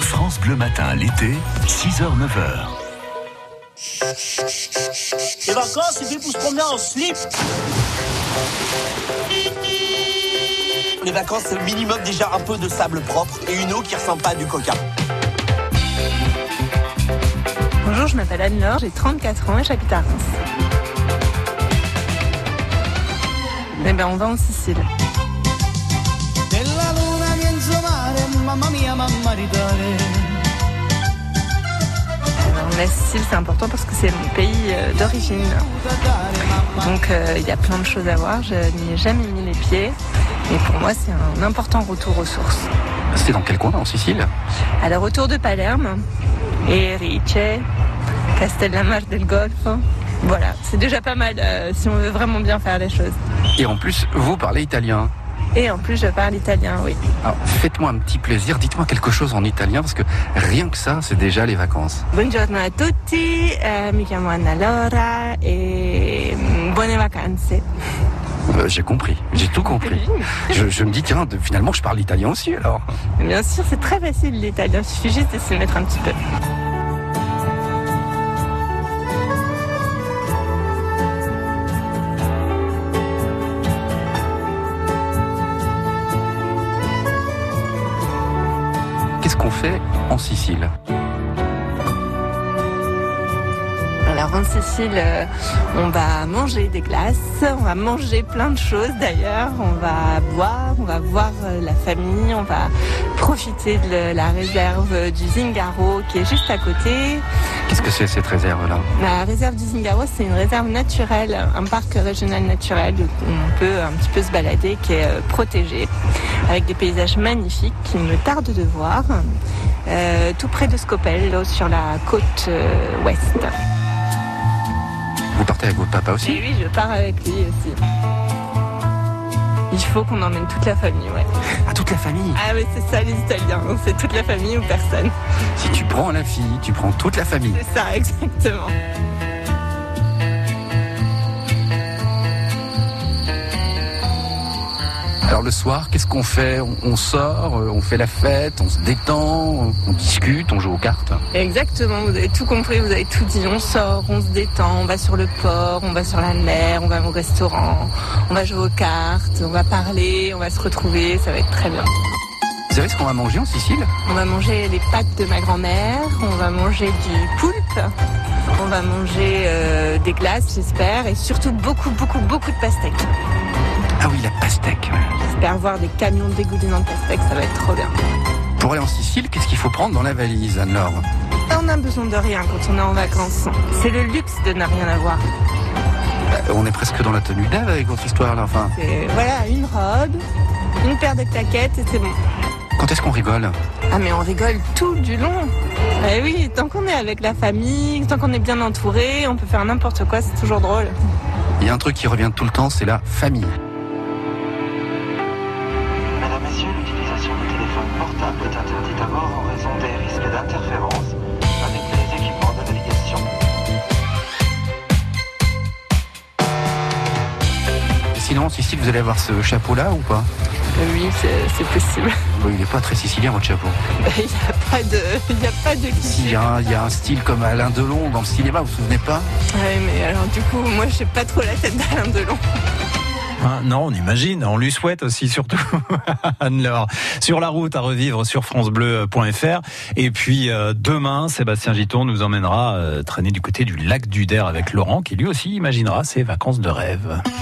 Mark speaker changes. Speaker 1: France Bleu Matin l'été, 6h-9h.
Speaker 2: Les vacances, c'est fait pour se promener en slip. Les vacances, c'est le minimum déjà un peu de sable propre et une eau qui ressemble pas à du coca.
Speaker 3: Bonjour, je m'appelle Anne-Laure, j'ai 34 ans et j'habite à Reims. Eh bien, on va en Sicile. La Sicile, c'est important parce que c'est mon pays euh, d'origine. Donc, il euh, y a plein de choses à voir. Je n'y ai jamais mis les pieds. Mais pour moi, c'est un important retour aux sources.
Speaker 4: C'était dans quel coin, en Sicile
Speaker 3: Alors, autour de Palerme, Erice, Castellamar del Golfo. Voilà, c'est déjà pas mal euh, si on veut vraiment bien faire les choses.
Speaker 4: Et en plus, vous parlez italien.
Speaker 3: Et en plus, je parle italien, oui.
Speaker 4: Alors, faites-moi un petit plaisir, dites-moi quelque chose en italien, parce que rien que ça, c'est déjà les vacances.
Speaker 3: Buongiorno a tutti, euh, mi chiamo Anna Laura et buone vacanze.
Speaker 4: Euh, j'ai compris, j'ai tout compris. Je, je me dis, tiens, de, finalement, je parle italien aussi alors.
Speaker 3: Bien sûr, c'est très facile l'italien, il suffit juste de s'y mettre un petit peu.
Speaker 4: Qu'est-ce qu'on fait en Sicile
Speaker 3: Alors en Sicile, euh, on va manger des glaces, on va manger plein de choses d'ailleurs, on va boire, on va voir euh, la famille, on va profiter de la réserve du Zingaro qui est juste à côté.
Speaker 4: Qu'est-ce que c'est cette réserve-là
Speaker 3: La réserve du Zingaro, c'est une réserve naturelle, un parc régional naturel où on peut un petit peu se balader, qui est euh, protégé, avec des paysages magnifiques qui me tardent de voir, euh, tout près de Scopello, sur la côte euh, ouest.
Speaker 4: Vous partez avec votre papa aussi
Speaker 3: Et Oui, je pars avec lui aussi. Il faut qu'on emmène toute la famille, ouais.
Speaker 4: Ah, toute la famille
Speaker 3: Ah oui, c'est ça les Italiens, c'est toute la famille ou personne.
Speaker 4: Si tu prends la fille, tu prends toute la famille.
Speaker 3: C'est ça, exactement.
Speaker 4: Alors le soir, qu'est-ce qu'on fait On sort, euh, on fait la fête, on se détend, on discute, on joue aux cartes.
Speaker 3: Exactement, vous avez tout compris, vous avez tout dit. On sort, on se détend, on va sur le port, on va sur la mer, on va au restaurant, on va jouer aux cartes, on va parler, on va se retrouver, ça va être très bien.
Speaker 4: Vous savez ce qu'on va manger en Sicile
Speaker 3: On va manger les pâtes de ma grand-mère, on va manger du poulpe, on va manger euh, des glaces, j'espère, et surtout beaucoup, beaucoup, beaucoup de pastèques.
Speaker 4: Ah oui, la pastèque.
Speaker 3: J'espère voir des camions dégoulinants de pastèque, ça va être trop bien.
Speaker 4: Pour aller en Sicile, qu'est-ce qu'il faut prendre dans la valise, Anne-Laure
Speaker 3: On n'a besoin de rien quand on est en vacances. C'est le luxe de ne rien avoir.
Speaker 4: Bah, on est presque dans la tenue d'Ève avec votre histoire, là, enfin.
Speaker 3: Voilà, une robe, une paire de claquettes et c'est bon.
Speaker 4: Quand est-ce qu'on rigole
Speaker 3: Ah mais on rigole tout du long. Eh oui, tant qu'on est avec la famille, tant qu'on est bien entouré, on peut faire n'importe quoi, c'est toujours drôle.
Speaker 4: Il y a un truc qui revient tout le temps, c'est la famille. sinon, en Sicile, vous allez avoir ce chapeau-là ou pas
Speaker 3: Oui, c'est possible.
Speaker 4: Bon, il n'est pas très sicilien, votre chapeau.
Speaker 3: Il n'y a pas de, il y a pas de
Speaker 4: Il y, a, il y a un style comme Alain Delon dans le cinéma, vous vous souvenez pas
Speaker 3: Oui, mais alors du coup, moi, je n'ai pas trop la tête d'Alain Delon.
Speaker 5: Hein, non, on imagine, on lui souhaite aussi surtout Anne-Laure. Sur la route à revivre sur francebleu.fr. Et puis euh, demain, Sébastien Giton nous emmènera euh, traîner du côté du lac du Der avec Laurent qui lui aussi imaginera ses vacances de rêve.